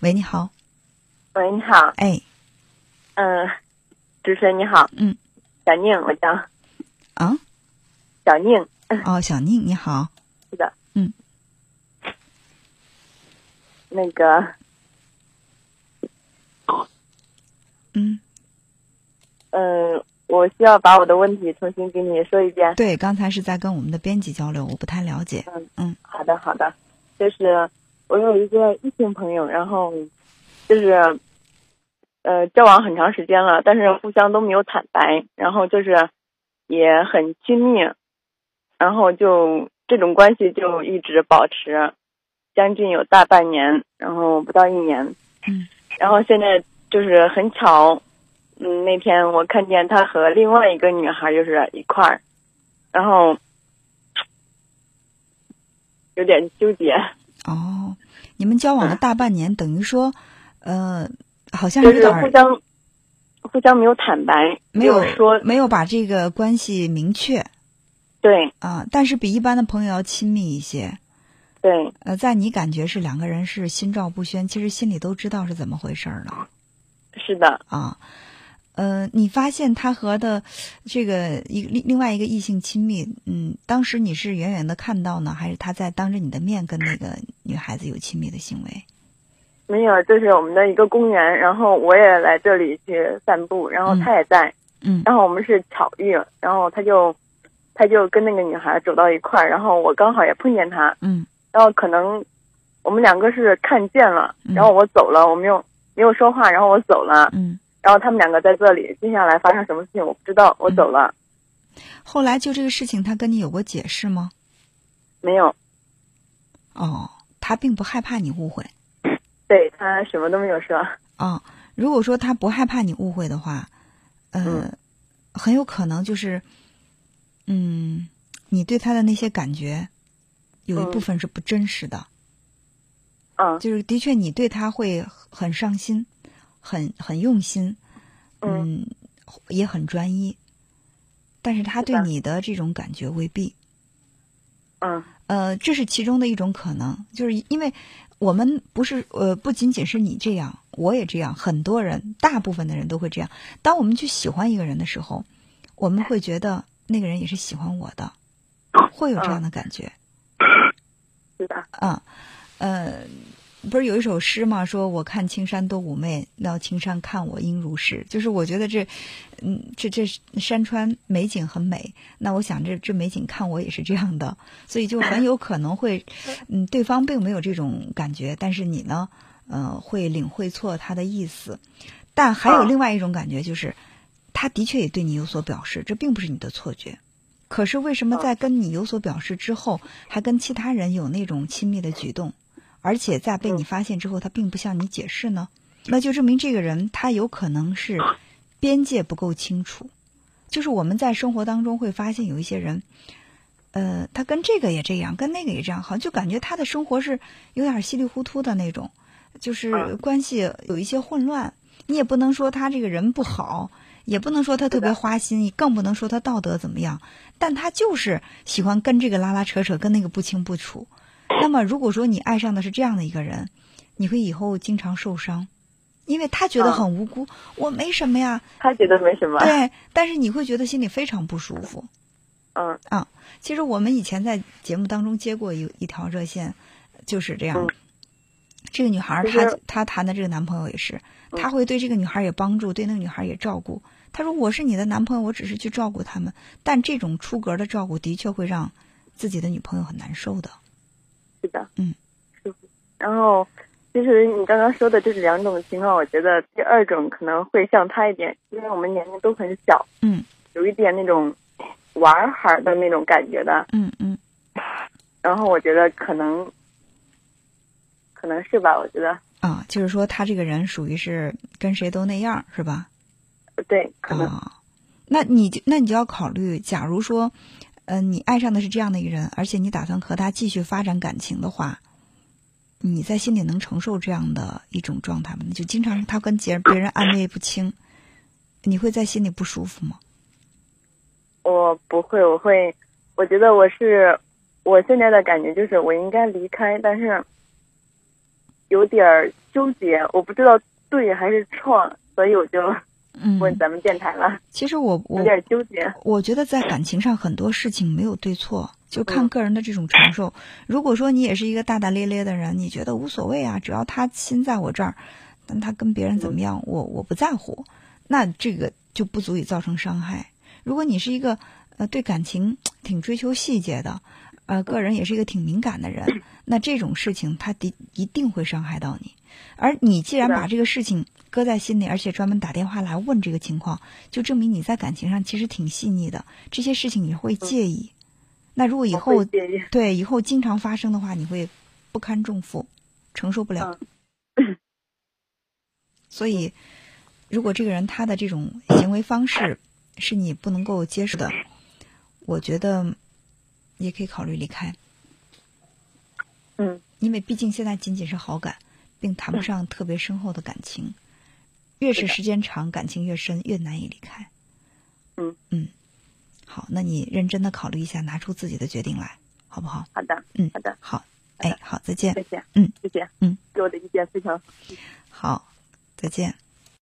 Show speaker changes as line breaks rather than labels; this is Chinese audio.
喂，你好，
喂，你好，
哎，
嗯、主持人你好，
嗯，
小宁，我叫
啊，
小宁，
哦，小宁，你好，
是的，
嗯，
那个，
嗯，
嗯、我需要把我的问题重新给你说一遍。
对，刚才是在跟我们的编辑交流，我不太了解，
好的，好的，就是我有一个异性朋友，然后就是呃交往很长时间了，但是互相都没有坦白，然后就是也很亲密，然后就这种关系就一直保持将近有大半年，然后不到一年，
嗯，
然后现在就是很巧，嗯，那天我看见他和另外一个女孩就是一块儿，然后有点纠结。
哦，你们交往了大半年，等于说，呃，好像
就
有
是
点
互
儿
相互相没有坦白，
没有嗯
说
没有把这个关系明确
对
啊、但是比一般的朋友要亲密一些。
对
呃，在你感觉是两个人是心照不宣，其实心里都知道是怎么回事儿了
是的，
啊。呃，你发现他和的这个一另另外一个异性亲密，嗯，当时你是远远的看到呢，还是他在当着你的面跟那个女孩子有亲密的行为？
没有，这是我们的一个公园，然后我也来这里去散步，然后
嗯
他也在，
嗯
然后我们是巧遇，然后他就他就跟那个女孩走到一块儿，然后我刚好也碰见他，
嗯
然后可能我们两个是看见了，
嗯
然后我走了，我没有没有说话，然后我走了，
嗯。
然后他们两个在这里，接下来发生什么事情我不知道，
嗯
我走了，
后来就这个事情，他跟你有过解释吗？
没有，
哦，他并不害怕你误会。
对他什么都没有说，
啊、如果说他不害怕你误会的话，呃，
嗯
很有可能就是，嗯，你对他的那些感觉，有一
嗯
部分是不真实的，
嗯
就是的确你对他会很上心，很很用心，
嗯。
嗯，也很专一，但是他
是
对
的
你的这种感觉未必。
嗯
呃，这是其中的一种可能，就是因为我们不是呃，不仅仅是你这样，我也这样，很多人，大部分的人都会这样。当我们去喜欢一个人的时候，我们会觉得那个人也是喜欢我 的，会有这
嗯
样的感觉。
是的，
啊，呃，不是有一首诗吗？说我看青山多妩媚，料青山看我应如是。就是我觉得这，嗯，这这山川美景很美，那我想这这美景看我也是这样的，所以就很有可能会，嗯，对方并没有这种感觉，但是你呢，呃，会领会错他的意思。但还有
啊
另外一种感觉就是，他的确也对你有所表示，这并不是你的错觉。可是为什么
嗯
在跟你有所表示之后，还跟其他人有那种亲密的举动，而且在被你发现之后，他并不向你解释呢？那就证明这个人他有可能是边界不够清楚。就是我们在生活当中会发现有一些人，呃，他跟这个也这样，跟那个也这样，好像就感觉他的生活是有点稀里糊涂的那种，就是
嗯
关系有一些混乱。你也不能说他这个人不好，也不能说他特别花心，更不能说他道德怎么样，但他就是喜欢跟这个拉拉扯扯，跟那个不清不楚。那么，如果说你爱上的是这样的一个人，你会以后经常受伤，因为他觉得
嗯
很无辜，我没什么呀，
他觉得没什么。
对，但是你会觉得心里非常不舒服。 啊
嗯
其实我们以前在节目当中接过一一条热线，就是这样。
嗯
这个女孩儿
其实
她她谈的这个男朋友也是，
嗯
她会对这个女孩儿也帮助，对那个女孩儿也照顾。她说：“我是你的男朋友，我只是去照顾他们。”但这种出格的照顾的确会让自己的女朋友很难受的。
是的，
嗯，
是的。然后，其实你刚刚说的这是两种情况，我觉得第二种可能会像他一点，因为我们年龄都很小，
嗯
有一点那种玩儿孩儿的那种感觉的。
嗯嗯
然后我觉得可能，可能是吧，我觉得
啊，就是说她这个人属于是跟谁都那样，是吧？
对，可能、
啊，那你就那你就要考虑，假如说，呃，你爱上的是这样的一个人，而且你打算和他继续发展感情的话，你在心里能承受这样的一种状态吗？你就经常他跟别人别人暧昧不清，你会在心里不舒服吗？
我不会，我会，我觉得我是我现在的感觉就是我应该离开，但是有点儿纠结，我不知道对还是错，所以我就
嗯，
问咱们电台了，
其实我
有
我
点纠结。
我觉得在感情上很多事情没有对错，就看
嗯
个人的这种承受。如果说你也是一个大大咧咧的人，你觉得无所谓啊，只要他心在我这儿，但他跟别人怎么样，我我不在乎，那这个就不足以造成伤害。如果你是一个呃对感情挺追求细节的，呃个人也是一个挺敏感的 人，那这种事情他的一定会伤害到你。而你既然
是
把这个事情搁在心里，而且专门打电话来问这个情况，就证明你在感情上其实挺细腻的，这些事情你会介意。那如果以
嗯我会
后
介意。
对以后经常发生的话，你会不堪重负，承受不了。
嗯
所以，如果这个人他的这种行为方式是你不能够接受的，我觉得也可以考虑离开，
嗯
因为毕竟现在仅仅是好感，并谈不上特别深厚的感情。越是
是的
时间长，感情越深，越难以离开。
嗯
嗯，好，那你认真的考虑一下，拿出自己的决定来，好不好？
好的，
嗯
好的，
好，
好的
哎，好，再见
谢。谢，
嗯，
谢谢，
嗯，
给我的意见非常
好，再见。